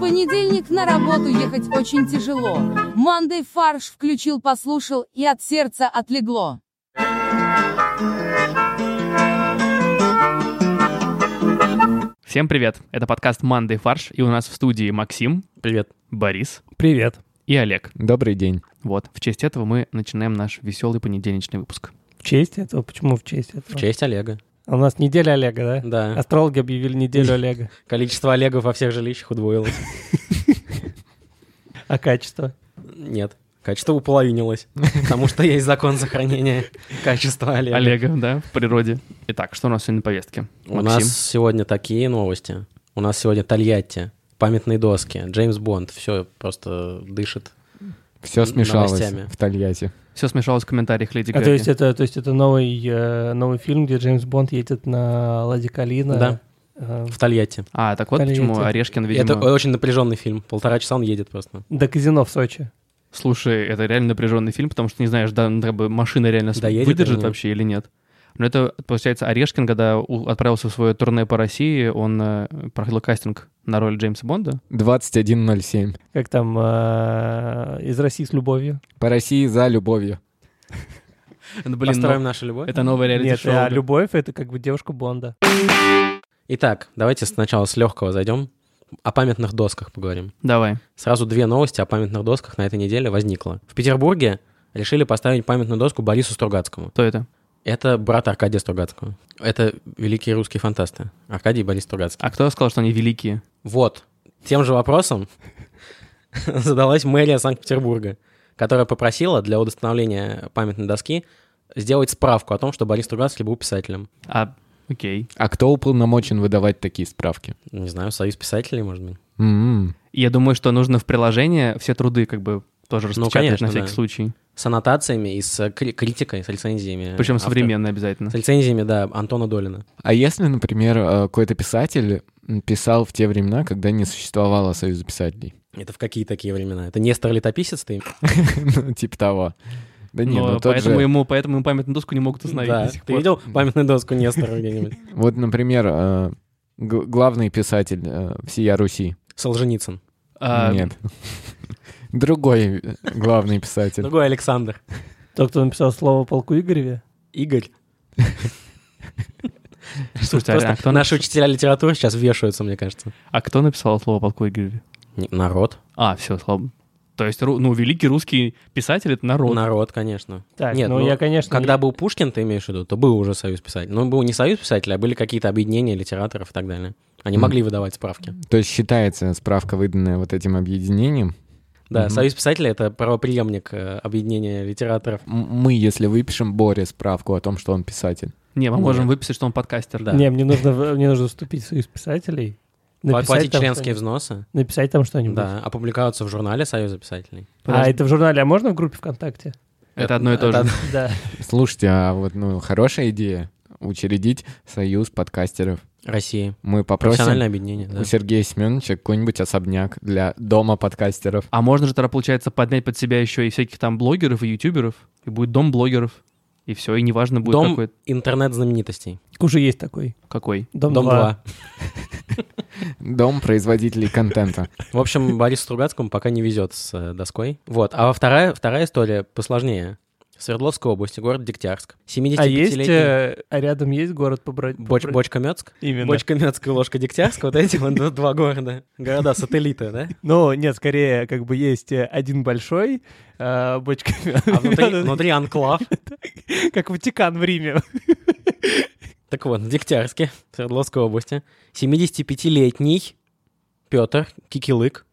понедельник на работу ехать очень тяжело. Мандей фарш включил, послушал, и от сердца отлегло. Всем привет! Это подкаст «Мандай фарш», и у нас в студии Максим, Привет. Борис Привет. и Олег. Добрый день. Вот, в честь этого мы начинаем наш веселый понедельничный выпуск. В честь этого? Почему в честь этого? В честь Олега. А У нас неделя Олега, да? А Да. Астрологи объявили неделю Олега. Количество Олегов во всех жилищах удвоилось. А качество? Нет. Качество уполовинилось. Потому что есть закон сохранения качества Олега. Олега, да, в природе. Итак, что у нас сегодня на повестке? У нас сегодня такие новости. У нас сегодня Тольятти, памятные доски, Джеймс Бонд. Все просто дышит. Все Н- смешалось новостями. в Тольятти. Все смешалось в комментариях Леди А Гаги. то есть это, то есть это новый, э, новый фильм, где Джеймс Бонд едет на Ладе Калина. Да. э, В Тольятти. А, так вот Тольятти. почему Орешкин, видимо... Это э, очень напряженный фильм. Полтора часа он едет просто. до казино в Сочи. Слушай, это реально напряженный фильм, потому что не знаешь, да, ну, как бы машина реально с- Доедет или выдержит нет? вообще или нет. Но это, получается, Орешкин, когда у- отправился в свое турне по России, он э, проходил кастинг на роль Джеймса Бонда. 21.07. Как там э, из России с любовью. По России за любовью. Ну, блин, Построим ну, нашу любовь. это новое Нет, реалити-шоу. а любовь это как бы девушка Бонда. Итак, давайте сначала с легкого зайдем. О памятных досках поговорим. Давай. Сразу две новости о памятных досках на этой неделе возникло. В Петербурге решили поставить памятную доску Борису Стругацкому. Кто это? Это брат Аркадия Стругацкого. Это великие русские фантасты. Аркадий и Борис Стругацкий. А кто сказал, что они великие? Вот. Тем же вопросом задалась мэрия Санкт-Петербурга, которая попросила для удостановления памятной доски сделать справку о том, что Борис Стругацкий был писателем. А, окей. А кто уполномочен выдавать такие справки? Не знаю, союз писателей, может быть. М-м. И Я думаю, что нужно в приложение все труды как бы тоже распечатать конечно, на всякий да. случай. С аннотациями и с э, кри- критикой, с рецензиями. Причем автора. современно обязательно. С рецензиями, да, Антона Долина. А если, например, э, какой-то писатель м, писал в те времена, когда не существовало Союза писателей? Это в какие такие времена? Это Нестор Летописец ты? Ну, типа того. Да не, Но ну тот поэтому, же... ему, поэтому ему памятную доску не могут установить Да. до сих Ты пор. видел памятную доску Нестора где-нибудь? Вот, например, э, г- главный писатель э, всея Руси. Солженицын. А, Нет. Другой э, главный писатель. Другой Александр. Тот, кто написал слово полку Игореве. Игорь. Слушайте, а, Просто а кто, наши учителя литературы сейчас вешаются, мне кажется. а кто написал слово полку Игореве? Народ. А, все, слабо. То есть, ру- ну, великий русский писатель — это народ. Народ, конечно. Так, Нет, ну, ну, я, конечно, Когда не- был Пушкин, ты имеешь в виду, то был уже союз писателей. Но был не союз писателей, а были какие-то объединения литераторов и так далее. Они Мгм. могли выдавать справки. То есть считается справка, выданная вот этим объединением, Да, Мгм. союз писателей — это правоприемник э, объединения литераторов. М- мы, если выпишем Боре справку о том, что он писатель. Не, мы можем Нет. выписать, что он подкастер. Да. Не, мне нужно, в- мне нужно вступить в союз писателей. Платить там членские что-нибудь. взносы. Написать там что-нибудь. Да, опубликоваться в журнале Союза писателей. А Подожди. это в журнале, а можно в группе ВКонтакте? Это одно и то же. Да. Слушайте, а вот ну хорошая идея учредить союз подкастеров. России. Мы Профессиональное попросим объединение, да. у Сергея Семеновича какой-нибудь особняк для дома подкастеров. А можно же тогда, получается, поднять под себя еще и всяких там блогеров и ютуберов, и будет дом блогеров, и все, и неважно будет Дом какой. интернет-знаменитостей. Уже есть такой. какой. Дом, Дом 2. 2. Дом производителей контента. В общем, Борису Стругацкому пока не везет с э, доской. Вот. А вторая, вторая история посложнее. Свердловская область, город Дегтярск. 75 А есть, э, а рядом есть город по Бочка Мёцк? Именно. Бочка Мёцк и Ложка Дегтярск. Вот эти вот д- два города. Города-сателлиты, да? Ну, нет, скорее, как бы есть э, один большой, э, бочка А внутри, внутри анклав. как Ватикан в Риме. Так вот, в Дегтярске, в Свердловской области, 75-летний Петр Кикилык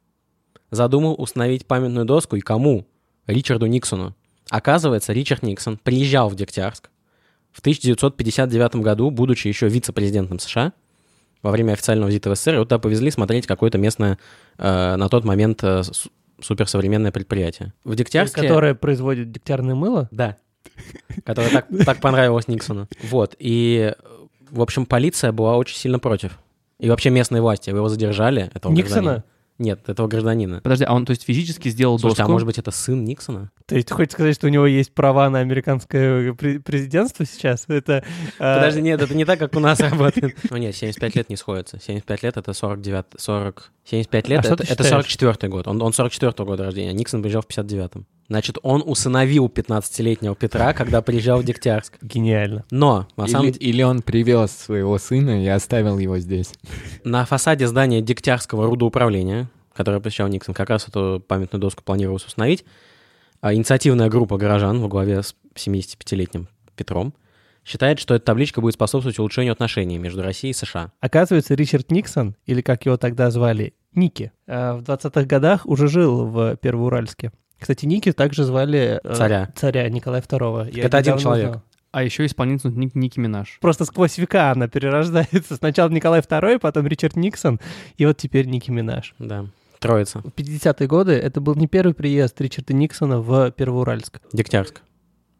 задумал установить памятную доску и кому? Ричарду Никсону. Оказывается, Ричард Никсон приезжал в Дегтярск в 1959 году, будучи еще вице-президентом США, во время официального визита в СССР, его туда повезли смотреть какое-то местное, э, на тот момент, э, су- суперсовременное предприятие. В Дегтярске... Которая производит дегтярное мыло. Да. Которая так, так понравилась Никсону. Вот. И, э, в общем, полиция была очень сильно против. И вообще местные власти. Его задержали. Этого Никсона? гражданина. Нет, этого гражданина. Подожди, а он, то есть, физически сделал Слушайте, а доску? может быть, это сын Никсона? То есть ты хочешь сказать, что у него есть права на американское э, пре- президентство сейчас? Это... а, Подожди, нет, это не так, как у нас работает. Ну нет, 75 лет не сходится. 75 лет — это 49... 40... 75 лет А что это, ты это считаешь? 44 год. Он, он 44 года рождения. а Никсон приезжал в 59-м. Значит, он усыновил 15-летнего Петра, когда приезжал в Дегтярск. Гениально. Но, на самом Или, или он привез своего сына и оставил его здесь. На фасаде здания Дегтярского рудоуправления, которое посещал Никсон, как раз эту памятную доску планировалось установить, а инициативная группа горожан во главе с 75-летним Петром считает, что эта табличка будет способствовать улучшению отношений между Россией и США. Оказывается, Ричард Никсон, или как его тогда звали, Ники, а, в 20-х годах уже жил в Первоуральске. Кстати, Ники также звали... э, Царя. Царя Николая II. Я Это один недавно человек. узнал. А еще исполнитель Ник- Ники Минаж. Просто сквозь века она перерождается. Сначала Николай II, потом Ричард Никсон, и вот теперь Ники Минаж. Да, троица. В 50-е годы это был не первый приезд Ричарда Никсона в Первоуральск. Дегтярск.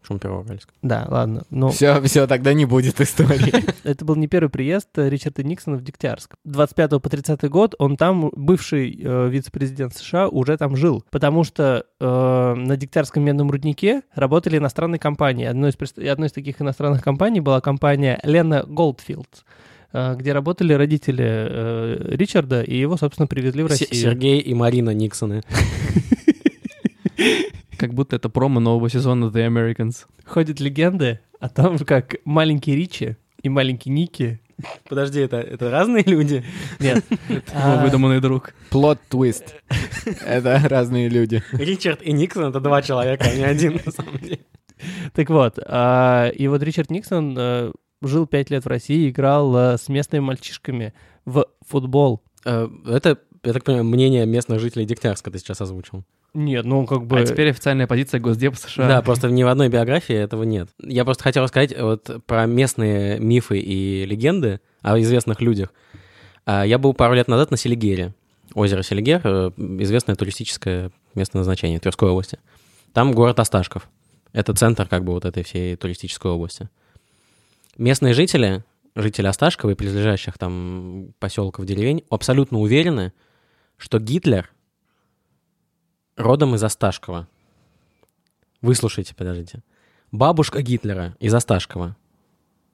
Шум Первоуральск. Да, ладно. Ну. Но Все, все, тогда не будет истории. это был не первый приезд э, Ричарда Никсона в Дегтярск. 25 по 30 год он там, бывший э, вице-президент США, уже там жил. Потому что э, на Дегтярском медном руднике работали иностранные компании. Одной из, пред- и одной из таких иностранных компаний была компания Лена Голдфилд, э, где работали родители э, Ричарда, и его, собственно, привезли в Се- Россию. Сергей и Марина Никсоны. Как будто это промо нового сезона The Americans. Ходят легенды о том, как маленький Ричи и маленький Ники... Подожди, это, это разные люди? Нет. Его а, выдуманный друг. Плот-твист. Это разные люди. Ричард и Никсон — это два человека, а не один, на самом деле. Так вот, а, и вот Ричард Никсон э, жил пять лет в России, играл э, с местными мальчишками в футбол. Э, Это, я так понимаю, мнение местных жителей Дегтярска ты сейчас озвучил. Нет, ну как бы... А теперь официальная позиция Госдепа США. Да, просто ни в одной биографии этого нет. Я просто хотел рассказать э, вот про местные мифы и легенды о известных людях. А, Я был пару лет назад на Селигере. Озеро Селигер — э, известное туристическое местное назначение Тверской области. Там город Осташков. Это центр как бы вот этой всей туристической области. Местные жители, жители Осташкова и близлежащих там поселков, деревень, абсолютно уверены, что Гитлер родом из Осташкова. Выслушайте, подождите. Бабушка Гитлера из Осташкова.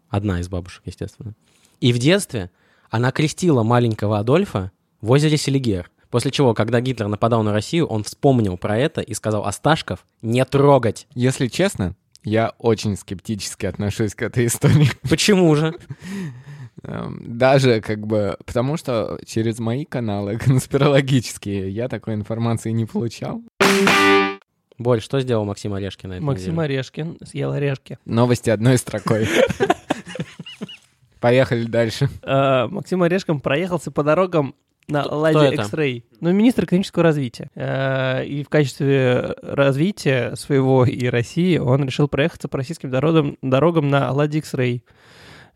Одна из бабушек, естественно. И в детстве она крестила маленького Адольфа в озере Селигер. После чего, когда Гитлер нападал на Россию, он вспомнил про это и сказал «Осташков не трогать». Если честно, я очень скептически отношусь к этой истории. Почему же? Эм, Даже как бы... Потому что через мои каналы конспирологические я такой информации не получал. Боль, что сделал Максим Орешкин на этой Максим неделе? Орешкин съел орешки. Новости одной строкой. Поехали дальше. Э, Максим Орешкин проехался по дорогам на Кто- Ладе кто это? X-Ray. Ну, министр экономического развития. Э, И в качестве развития своего и России он решил проехаться по российским дорогам, дорогам на Ладе X-Ray.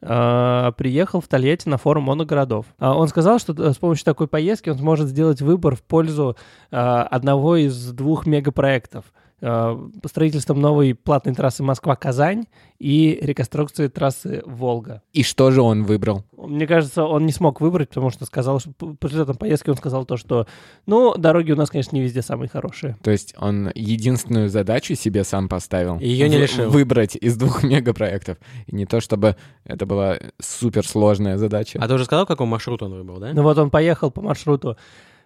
Э, Приехал в Тольятти на форум моногородов. А Он сказал, что э, с помощью такой поездки он сможет сделать выбор в пользу э, одного из двух мегапроектов. Э, Строительством новой платной трассы Москва-Казань и реконструкции трассы Волга. И что же он выбрал? Мне кажется, он не смог выбрать, потому что сказал, что п- по результатам поездки он сказал то, что, ну, дороги у нас, конечно, не везде самые хорошие. То есть он единственную задачу себе сам поставил. Её не В- решил. Выбрать из двух мегапроектов. И не то, чтобы это была суперсложная задача. А ты уже сказал, какой маршрут он выбрал, да? Ну вот он поехал по маршруту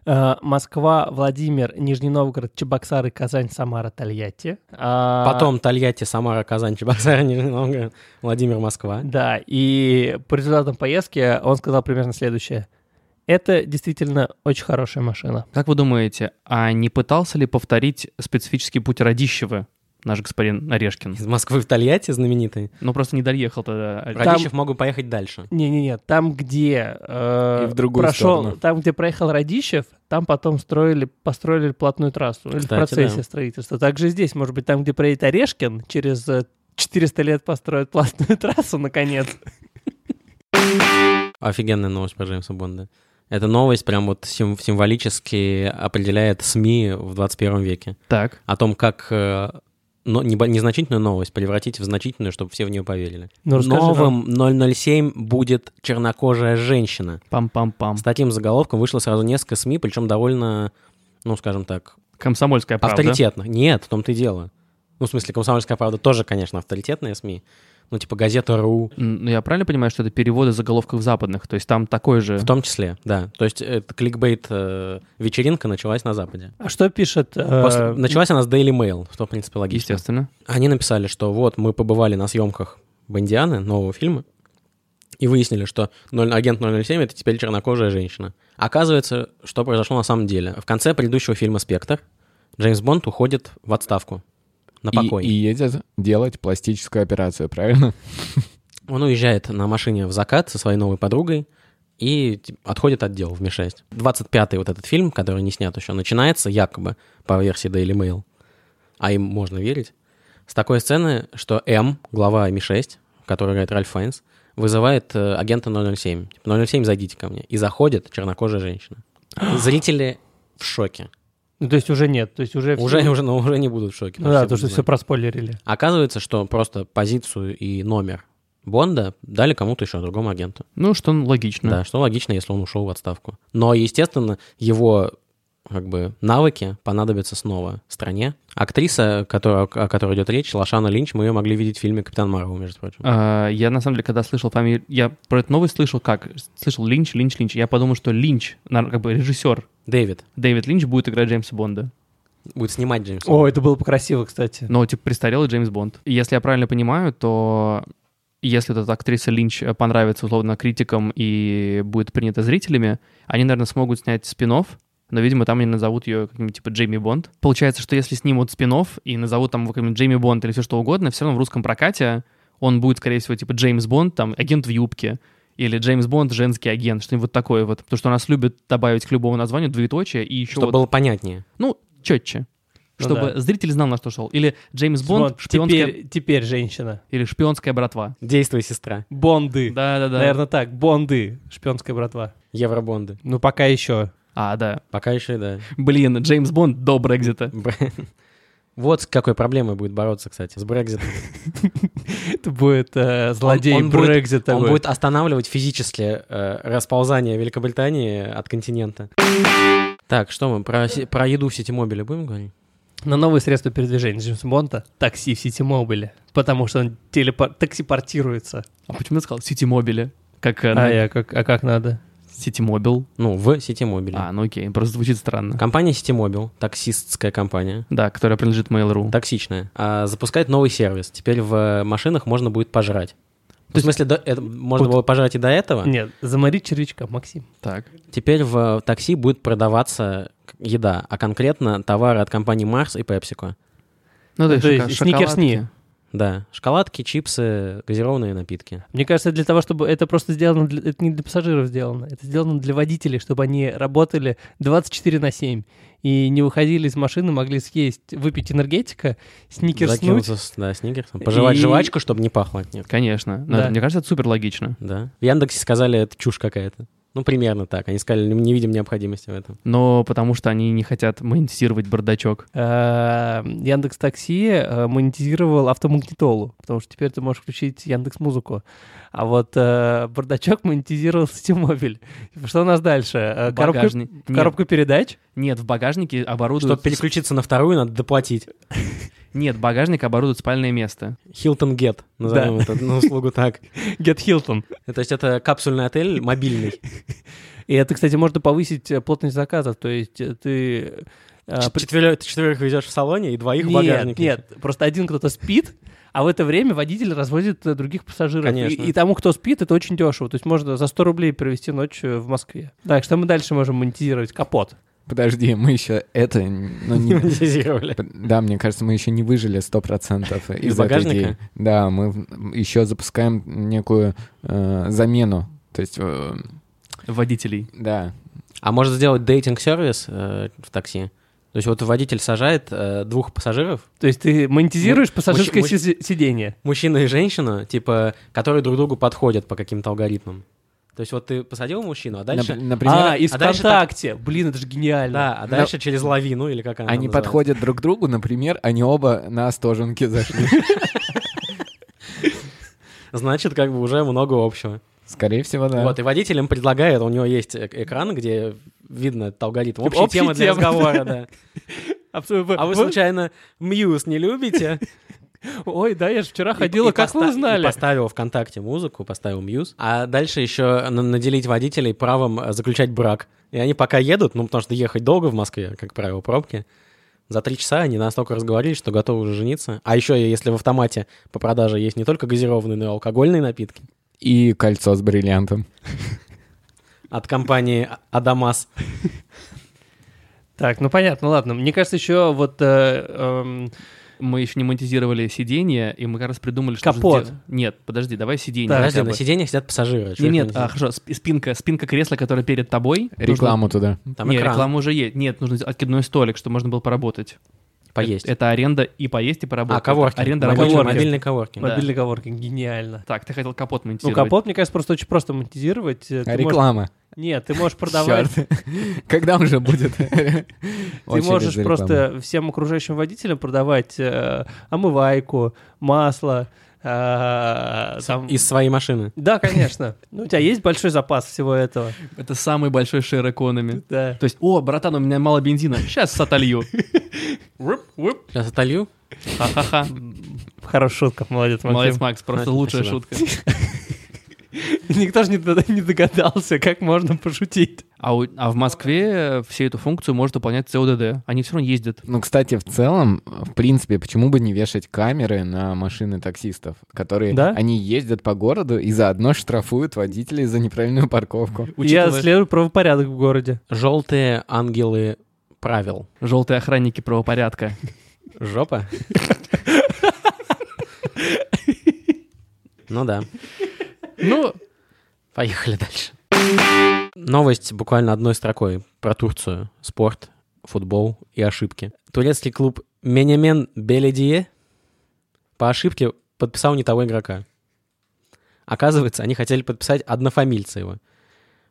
э, Москва, Владимир, Нижний Новгород, Чебоксары, Казань, Самара, Тольятти. А, Потом Тольятти, Самара, Казань, Чебоксары, Нижний Новгород, Владимир, Москва. Да, и по результатам поездки он сказал примерно следующее. Это действительно очень хорошая машина. Как вы думаете, а не пытался ли повторить специфический путь Радищева наш господин Орешкин? Из Москвы в Тольятти знаменитый. Ну, просто не доехал тогда. Орешкин. Там- Радищев мог бы поехать дальше. Не-не-не, там, где э, И в другую прошел, сторону. там, где проехал Радищев, там потом строили, построили платную трассу. Или в Кстати, процессе да. строительства. Также здесь, может быть, там, где проедет Орешкин, через э, 400 лет построят платную трассу, наконец. Офигенная новость про Джеймса Бонда. Эта новость прям вот сим- символически определяет СМИ в 21 веке. Так. О том, как э, но, небо- незначительную новость превратить в значительную, чтобы все в нее поверили. Ну, расскажи Новым 007 будет чернокожая женщина. Пам-пам-пам. С таким заголовком вышло сразу несколько СМИ, причем довольно, ну, скажем так, Комсомольская правда. Авторитетно. Нет, в том-то и дело. Ну, в смысле, «Комсомольская правда» тоже, конечно, авторитетные СМИ. Ну, типа газета «РУ», М, ну, Я правильно понимаю, что это переводы заголовков западных? То есть там такой же... в том числе, да. То есть э, это кликбейт-вечеринка э, началась на Западе. А что пишет... э, После- Началась она с Daily Mail, что, в принципе, логично. Естественно. Они написали, что вот мы побывали на съемках Бондианы, нового фильма, и выяснили, что ноль- агент 007 — это теперь чернокожая женщина. Оказывается, что произошло на самом деле. В конце предыдущего фильма «Спектр» Джеймс Бонд уходит в отставку на И- покой. И, едет делать пластическую операцию, правильно? Он уезжает на машине в закат со своей новой подругой и типа, отходит от дел в Ми-6. 25-й вот этот фильм, который не снят еще, начинается якобы по версии Daily Mail, а им можно верить, с такой сцены, что М, глава Ми-6, который играет Ральф Файнс, вызывает э, агента 007. Типа, 007, зайдите ко мне. И заходит чернокожая женщина. Зрители в шоке. ну, то есть уже нет, то есть уже... всё- Уже, уже, но уже не будут в шоке. Ну да, то, потому что будут все знать. проспойлерили. Оказывается, что просто позицию и номер Бонда дали кому-то еще, другому агенту. Ну, что ну, логично. Да, что логично, если он ушел в отставку. Но, естественно, его как бы навыки понадобятся снова стране. Актриса, которая, о которой идет речь, Лошана Линч, мы ее могли видеть в фильме «Капитан Марвел», между прочим. А, Я, на самом деле, когда слышал фамилию... Я про эту новость слышал как? Слышал Линч, Линч, Линч. Я подумал, что Линч, нар- как бы режиссер Дэвид Дэвид Линч будет играть Джеймса Бонда. будет снимать Джеймса. О, это было бы красиво, кстати. Ну Но, типа, престарелый Джеймс Бонд. И Если я правильно понимаю, то если вот эта актриса Линч э, понравится, условно, критикам и будет принята зрителями, они, наверное, смогут снять спин но, видимо, там они назовут ее как-нибудь типа Джейми Бонд. Получается, что если снимут спин и назовут там его как-нибудь Джейми Бонд или все что угодно, все равно в русском прокате он будет, скорее всего, типа Джеймс Бонд, там, агент в юбке, или Джеймс Бонд, женский агент, что-нибудь вот такое вот. Потому что у нас любят добавить к любому названию двоеточие и еще Чтобы вот, было понятнее. ну, четче. Ну Чтобы да. зритель знал, на что шел. Или Джеймс Бонд, Вот, шпионская... теперь, теперь женщина. Или шпионская братва. Действуй, сестра. Бонды. Да-да-да. Наверное, так. Бонды. Шпионская братва. Евробонды. Ну, пока еще. А, да. Пока еще, да. Блин, Джеймс Бонд до Брекзита. Бр- Вот с какой проблемой будет бороться, кстати, с Брекзитом. Это будет э, злодей он будет- Брекзита. Он будет останавливать физически э, расползание Великобритании от континента. Так, что мы про, си- про еду в сети мобиля будем говорить? На новые средства передвижения Джеймса Бонда — такси в Сити Мобиле, потому что он телепор... таксипортируется. А почему ты сказал Сити Мобиле? Как э, А я как, а как надо? Сити Мобил. Ну, в сети мобиля. А, ну окей, просто звучит странно. Компания Ситимобил, таксистская компания, Да, которая принадлежит Mail.ru. токсичная, а, запускает новый сервис. Теперь в машинах можно будет пожрать. Ну, в смысле, до- это можно Вот- было пожрать и до этого. Нет, заморить червячка, Максим. Так. Теперь в такси будет продаваться к- еда, а конкретно товары от компании Марс и PepsiCo. Ну, Ну, то есть шоколадки. сникерсни. Да, шоколадки, чипсы, газированные напитки. Мне кажется, для того, чтобы это просто сделано, для- это не для пассажиров сделано, это сделано для водителей, чтобы они работали 24 на 7 и не выходили из машины, могли съесть, выпить энергетика, сникерснуть. Закинуться с- да, сникерсом. Пожевать И- жвачку, чтобы не пахло от них. Конечно. Но Да. это, мне кажется, это супер логично. Да. В Яндексе сказали, это чушь какая-то. Ну, примерно так. Они сказали, не видим необходимости в этом. Но потому что они не хотят монетизировать бардачок. Э, Яндекс Такси э, монетизировал автомагнитолу, потому что теперь ты можешь включить Яндекс Музыку. А вот э, бардачок монетизировал Ситимобиль. Что у нас дальше? Э, Коробка, Багажный. Нет, коробку передач? Нет, в багажнике Чтобы оборудуют... переключиться на вторую, надо доплатить. Нет, багажник оборудует спальное место. Hilton Get, назовем это, ну, услугу так. Get Hilton. То есть это капсульный отель мобильный. И это, кстати, можно повысить э, плотность заказов. То есть э, ты... э, Ч- при- четверо- Ты А, четверых везешь в салоне и двоих в нет, багажнике. нет, просто один кто-то спит, а в это время водитель развозит э, других пассажиров. И- Конечно. И, тому, кто спит, это очень дешево. То есть можно за 100 рублей провести ночь э, в Москве. Так, что мы дальше можем монетизировать? Капот. Подожди, мы еще это... ну, Не не- монетизировали. Да, мне кажется, мы еще не выжили 100% из, Из этой багажника? идеи. Да, мы еще запускаем некую э, замену. То есть, э, Водителей. да, А может сделать дейтинг-сервис э, в такси? То есть вот водитель сажает э, двух пассажиров, То есть ты монетизируешь пассажирское мужч- си- сиденье. мужчину и женщину, типа, которые друг другу подходят по каким-то алгоритмам. То есть вот ты посадил мужчину, а дальше... Нап- например, а, из а дальше ВКонтакте. Блин, это же гениально. Да, а дальше через лавину или как она они там подходят друг к другу, например, они оба на остоженки зашли. называется. Значит, как бы уже много общего. Скорее всего, да. Вот, и водитель им предлагает, у него есть э- экран, где видно этот алгоритм. Типа, Общая общие тема для темы. разговора, да. А вы случайно Мьюз не любите? Ой, да, я же вчера И- ходила, и как поста- вы и узнали? поставил ВКонтакте музыку, поставил Мьюз. А дальше еще на- наделить водителей правом э, заключать брак. И они пока едут, ну, потому что ехать долго в Москве, как правило, пробки, за три часа они настолько разговорились, что готовы уже жениться. А еще, если в автомате по продаже есть не только газированные, но и алкогольные напитки И кольцо с бриллиантом. от компании А-, «Адамас». Так, ну понятно, ладно. Мне кажется, еще вот... э, эм, Мы еще не монетизировали сиденье, и мы как раз придумали, что... же Капот. сделать. Нет, подожди, давай сиденье. Так, Подожди, хотя на бы. сиденьях сидят пассажиры. чё Нет, их нет, нельзя? а, хорошо, сп- спинка, спинка кресла, которое перед тобой. Рекламу туда. Там не, экран. реклама уже есть. Нет, нужно сделать откидной столик, чтобы можно было поработать. Поесть. Это, это аренда и поесть, и поработать. а, коворкинг. Аренда Мобильный- рабочего коворкинг. места. Мобильный коворкинг. Да. Мобильный коворкинг, гениально. Так, ты хотел капот Ну, монетизировать. капот, мне кажется, просто очень просто монетизировать. Э, ты можешь- Реклама. Нет, ты можешь продавать, Чёрт. Когда уже будет? ты можешь просто всем окружающим водителям продавать э, омывайку, масло, э, там... Из своей машины. Да, конечно. Ну, у тебя есть большой запас всего этого. Это самый большой шер экономи. Да. То есть, о, братан, у меня мало бензина, сейчас отолью. Вып, вып. Сейчас отолью. Ха-ха-ха. Хорошая шутка, молодец, Максим. Молодец, Макс, просто Спасибо. лучшая шутка. Никто же не д- не догадался, как можно пошутить. А, у- а в Москве всю эту функцию может выполнять ЦОДД. Они все равно ездят. Ну, кстати, в целом, в принципе, почему бы не вешать камеры на машины таксистов, которые Да? они ездят по городу и заодно штрафуют водителей за неправильную парковку. Я Учитывая следую правопорядок в городе. Желтые ангелы правил. желтые охранники правопорядка. Жопа? Ну да. Ну, Поехали дальше. Новость буквально одной строкой про Турцию. Спорт, футбол и ошибки. Турецкий клуб Менемен Беледие по ошибке подписал не того игрока. Оказывается, они хотели подписать однофамильца его.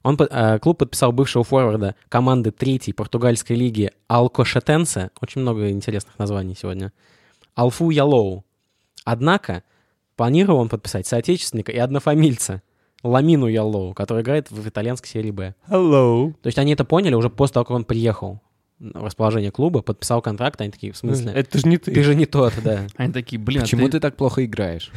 Он, под- э, клуб подписал бывшего форварда команды третьей португальской лиги Алкошетенсе. Очень много интересных названий сегодня. Алфу Ялоу. Однако планировал он подписать соотечественника и однофамильца Ламину Яллоу, который играет в итальянской серии Б. Hello. То есть они это поняли уже после того, как он приехал в расположение клуба, подписал контракт, они такие, в смысле? Это же не ты. Ты же не тот, да. они такие, блин, а Почему ты, ты так плохо играешь?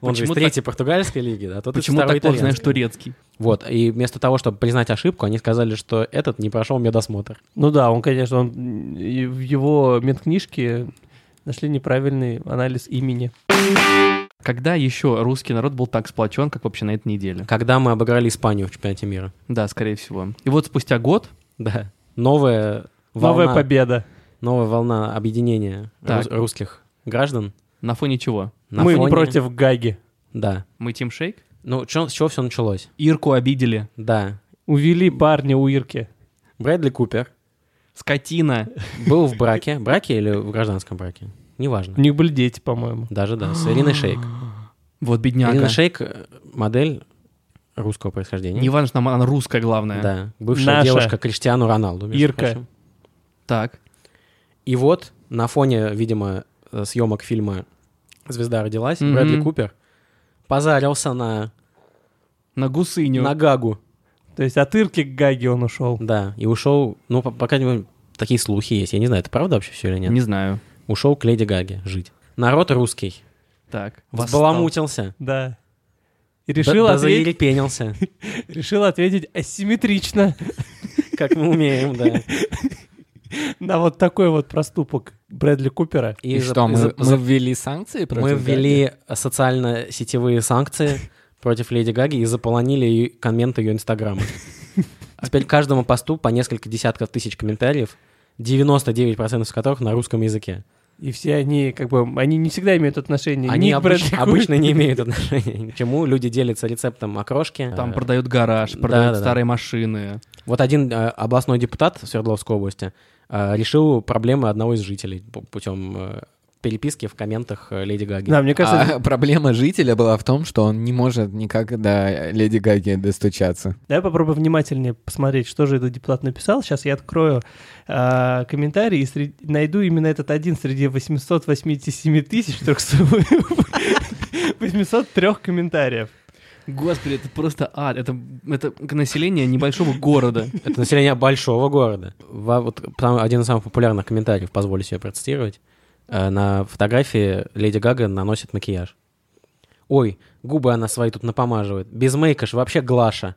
Он же из Почему третьей португальской лиги, да, тот из почему второй так плохо знаешь итальянской. турецкий? Вот, и вместо того, чтобы признать ошибку, они сказали, что этот не прошел медосмотр. Ну да, он, конечно, он, и в его медкнижке нашли неправильный анализ имени. Когда еще русский народ был так сплочен, как вообще на этой неделе? Когда мы обыграли Испанию в чемпионате мира. Да, скорее всего. И вот спустя год Да. Новая волна, Новая победа. новая волна объединения Так. рус- русских граждан. на фоне чего? на Мы фоне- против Гаги. Да. Мы Тим Шейк? Ну, чё- с чего все началось? Ирку обидели. Да. Увели парня у Ирки. Брэдли Купер Скотина. был в браке. Браке или в гражданском браке? У Неважно. них были дети, по-моему. Даже, да, с Ириной Шейк. Вот Ирина бедняга. Шейк э, модель русского происхождения. Не важно, что она она русская, главное. Да. Бывшая Наша. девушка Криштиану Роналду. между Ирка. прочим. Так. И вот на фоне, видимо, э, съемок фильма «Звезда родилась» Мгм. Брэдли Купер позарился на, На гусыню. на Гагу. То есть от Ирки к Гаге он ушел. Да, и ушел, ну, по, по крайней мере, такие слухи есть. Я не знаю, это правда вообще все или нет. Не знаю. Ушел к Леди Гаге жить. Народ русский. Так. Восстал. Взбаламутился. Да. И решил, да, ответь- заерепенился. решил ответить асимметрично Как мы умеем, да. на вот такой вот проступок Брэдли Купера. И, И за- что, мы, за- мы за- ввели санкции против мы Гаги? ввели социально-сетевые санкции против Леди Гаги и заполонили ее, комменты ее Инстаграма. Теперь каждому посту по несколько десятков тысяч комментариев, 99% из которых на русском языке. И все они, как бы, они не всегда имеют отношение Они ни к обыч- Брэдли Куперу. обычно не имеют отношения к чему. Люди делятся рецептом окрошки. Там Э, продают гараж, продают да-да-да. старые машины. Вот один э, областной депутат Свердловской области э, решил проблемы одного из жителей путем э, переписки в комментах э, Леди Гаги. Да, мне кажется, А проблема жителя была в том, что он не может никак до Леди Гаги достучаться. А. Давай попробую внимательнее посмотреть, что же этот депутат написал. Сейчас я открою а, комментарии и сред- найду именно этот один среди 887 тысяч 300 803 комментариев. Господи, это просто ад. Это, это население небольшого города. Это население большого города. Во- вот там один из самых популярных комментариев, позволю себе процитировать. Э, На фотографии Леди Гага наносит макияж. Ой, губы она свои тут напомаживает. Без мейка ж вообще Глаша.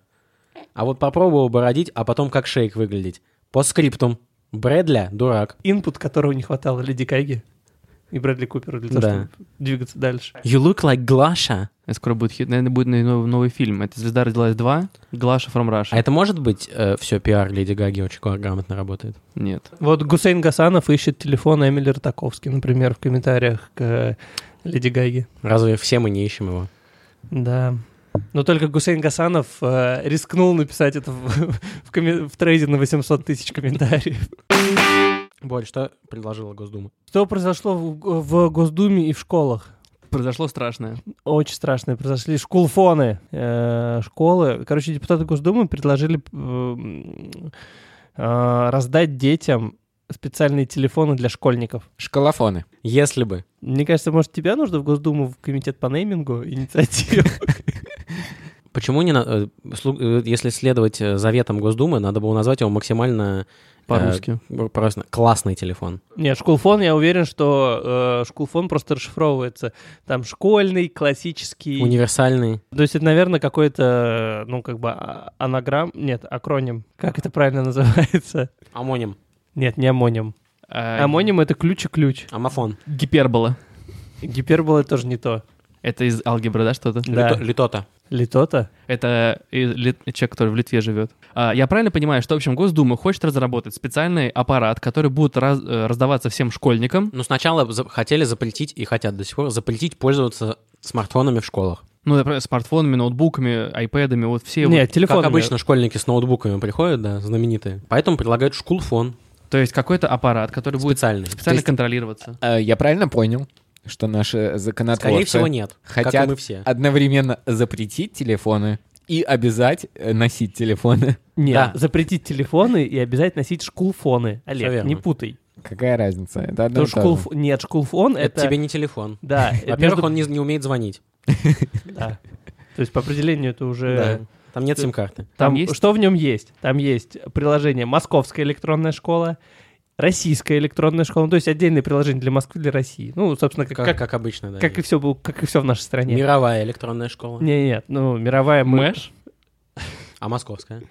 А вот попробовал бы родить, а потом как шейк выглядеть. По скриптум. Брэдля — дурак. Инпут, которого не хватало Леди Кайги и Брэдли Купера для того, Да. чтобы двигаться дальше. You look like Глаша. Это скоро будет хит. Наверное, будет новый, новый фильм. Это «Звезда родилась 2», «Глаша from Russia». А это может быть все пиар Леди Гаги очень грамотно работает? Нет. Вот Гусейн Гасанов ищет телефон Эмили Ротаковски, например, в комментариях к э, Леди Гаге. Разве все мы не ищем его? Да. Но только Гусейн Гасанов э, рискнул написать это в, в комме- в трейде на 800 тысяч комментариев. Боль, что предложила Госдума? Что произошло в, в Госдуме и в школах? Произошло страшное. Очень страшные произошли шкулфоны. э, школы. Короче, депутаты Госдумы предложили э, м, э, раздать детям специальные телефоны для школьников. Школофоны. Если бы. Мне кажется, может, тебя нужно в Госдуму, в комитет по неймингу, инициативу? Почему не на- э, слу- э, если следовать э, заветам Госдумы, надо было назвать его максимально э, По-русски. б- просто классный телефон. Нет, шкулфон, я уверен, что э, шкулфон просто расшифровывается. Там школьный, классический. Универсальный. То есть это, наверное, какой-то, ну, как бы а- анаграмм... Нет, акроним. Как это правильно называется? Амоним. Нет, не амоним. А, Амоним — это ключ и ключ. Амофон. Гипербола. Гипербола тоже не то. Это из алгебры, да, что-то? Да. Лито- Литота. Литота? Это и лит- человек, который в Литве живет. А, я правильно понимаю, что, в общем, Госдума хочет разработать специальный аппарат, который будет раз- э, раздаваться всем школьникам. Ну, сначала за- хотели запретить, и хотят до сих пор, запретить пользоваться смартфонами в школах. Ну, например, смартфонами, ноутбуками, айпэдами, вот все. вот. Нет, телефон. Как обычно, школьники с ноутбуками приходят, да, знаменитые. Поэтому предлагают шкулфон То есть какой-то аппарат, который будет специальный. специально То есть- контролироваться. Э, Я правильно понял, что наши законотворцы... Скорее всего, нет. Как хотят и мы все. одновременно запретить телефоны и обязать э, носить телефоны. Нет, Да. запретить телефоны и обязать носить шкулфоны. Всё Олег, верно. Ну не путай. Какая разница? Это одно То и то же. шкулф... Нет, шкулфон — Это это... тебе не телефон. Да. это Во-первых, между- он не, не умеет звонить. Да. То есть по определению это уже... Да. Там нет сим-карты. Там, Там есть- Что в нем есть? Там есть приложение «Московская электронная школа», «Российская электронная школа», ну, то есть отдельное приложение для Москвы, для России. Ну, собственно, как, Как, как, как обычно, да. как и все, как и все в нашей стране. Мировая электронная школа. Нет, нет, ну, мировая... мы- Мэш? А московская?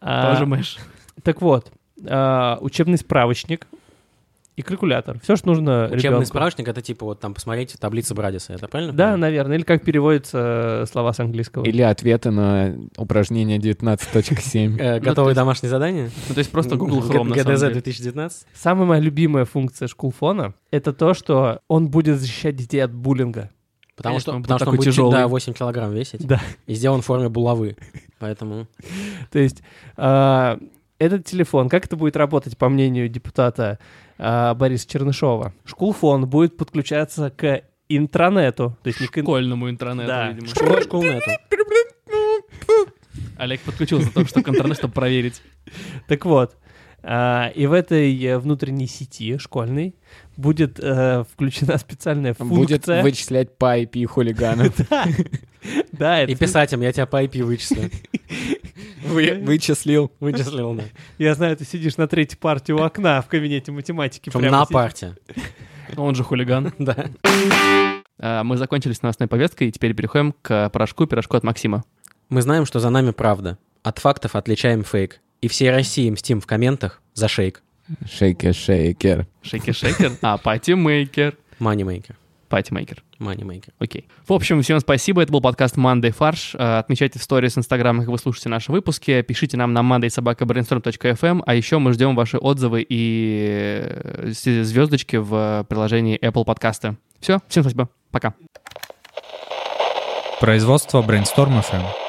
А, Тоже мэш. Так вот, а, учебный справочник и калькулятор. Все, что Э, нужно Учебный ребенку. справочник — это типа вот там посмотреть таблицы Брадиса, это правильно? Да, понимаю? наверное. Или как переводятся э, слова с английского. Или ответы на упражнение 19.7. Э, Ну, готовые то домашние задания? Ну, то есть просто Google Г- Chrome, на самом ГДЗ деле. 2019? Самая моя любимая функция шкулфона — это то, что он будет защищать детей от буллинга. Потому Конечно, что, он был потому что такой он будет тяжелый. да, 8 килограмм весить. Да. И сделан в форме булавы. Поэтому То есть а, этот телефон, как это будет работать, по мнению депутата а, Бориса Чернышова? Шкулфон будет подключаться к интранету. То есть не к ин- Школьному интернету, Да. видимо. школ- школнету. Олег подключился только что к интернету, чтобы проверить. Так вот, а, и в этой э, внутренней сети школьной будет э, включена специальная Будет функция. вычислять по IP хулиганов. Да, это- И писать им, я тебя по IP вычислю. Вы- Вычислил. Вычислил, да. я знаю, ты сидишь на третьей партии у окна в кабинете математики. Причем прямо на сидишь. парте. Но Ну, он же хулиган. Да. А, Мы закончили с новостной повесткой, и теперь переходим к порошку, пирожку от Максима. Мы знаем, что за нами правда. От фактов отличаем фейк. И всей России мстим в комментах за шейк. Шейкер-шейкер. Шейкер-шейкер? А, пати-мейкер. Манимейкер. Пати-мейкер. Манимейкер. Окей. В общем, всем спасибо. Это был подкаст Monday Фарш. Э, Отмечайте в сторис Инстаграм, как вы слушаете наши выпуски. Пишите нам на mondaysobakabrainstorm.fm. А еще мы ждем ваши отзывы и э, с- звездочки в приложении Apple подкаста. Все, всем спасибо. Пока. Производство Brainstorm FM.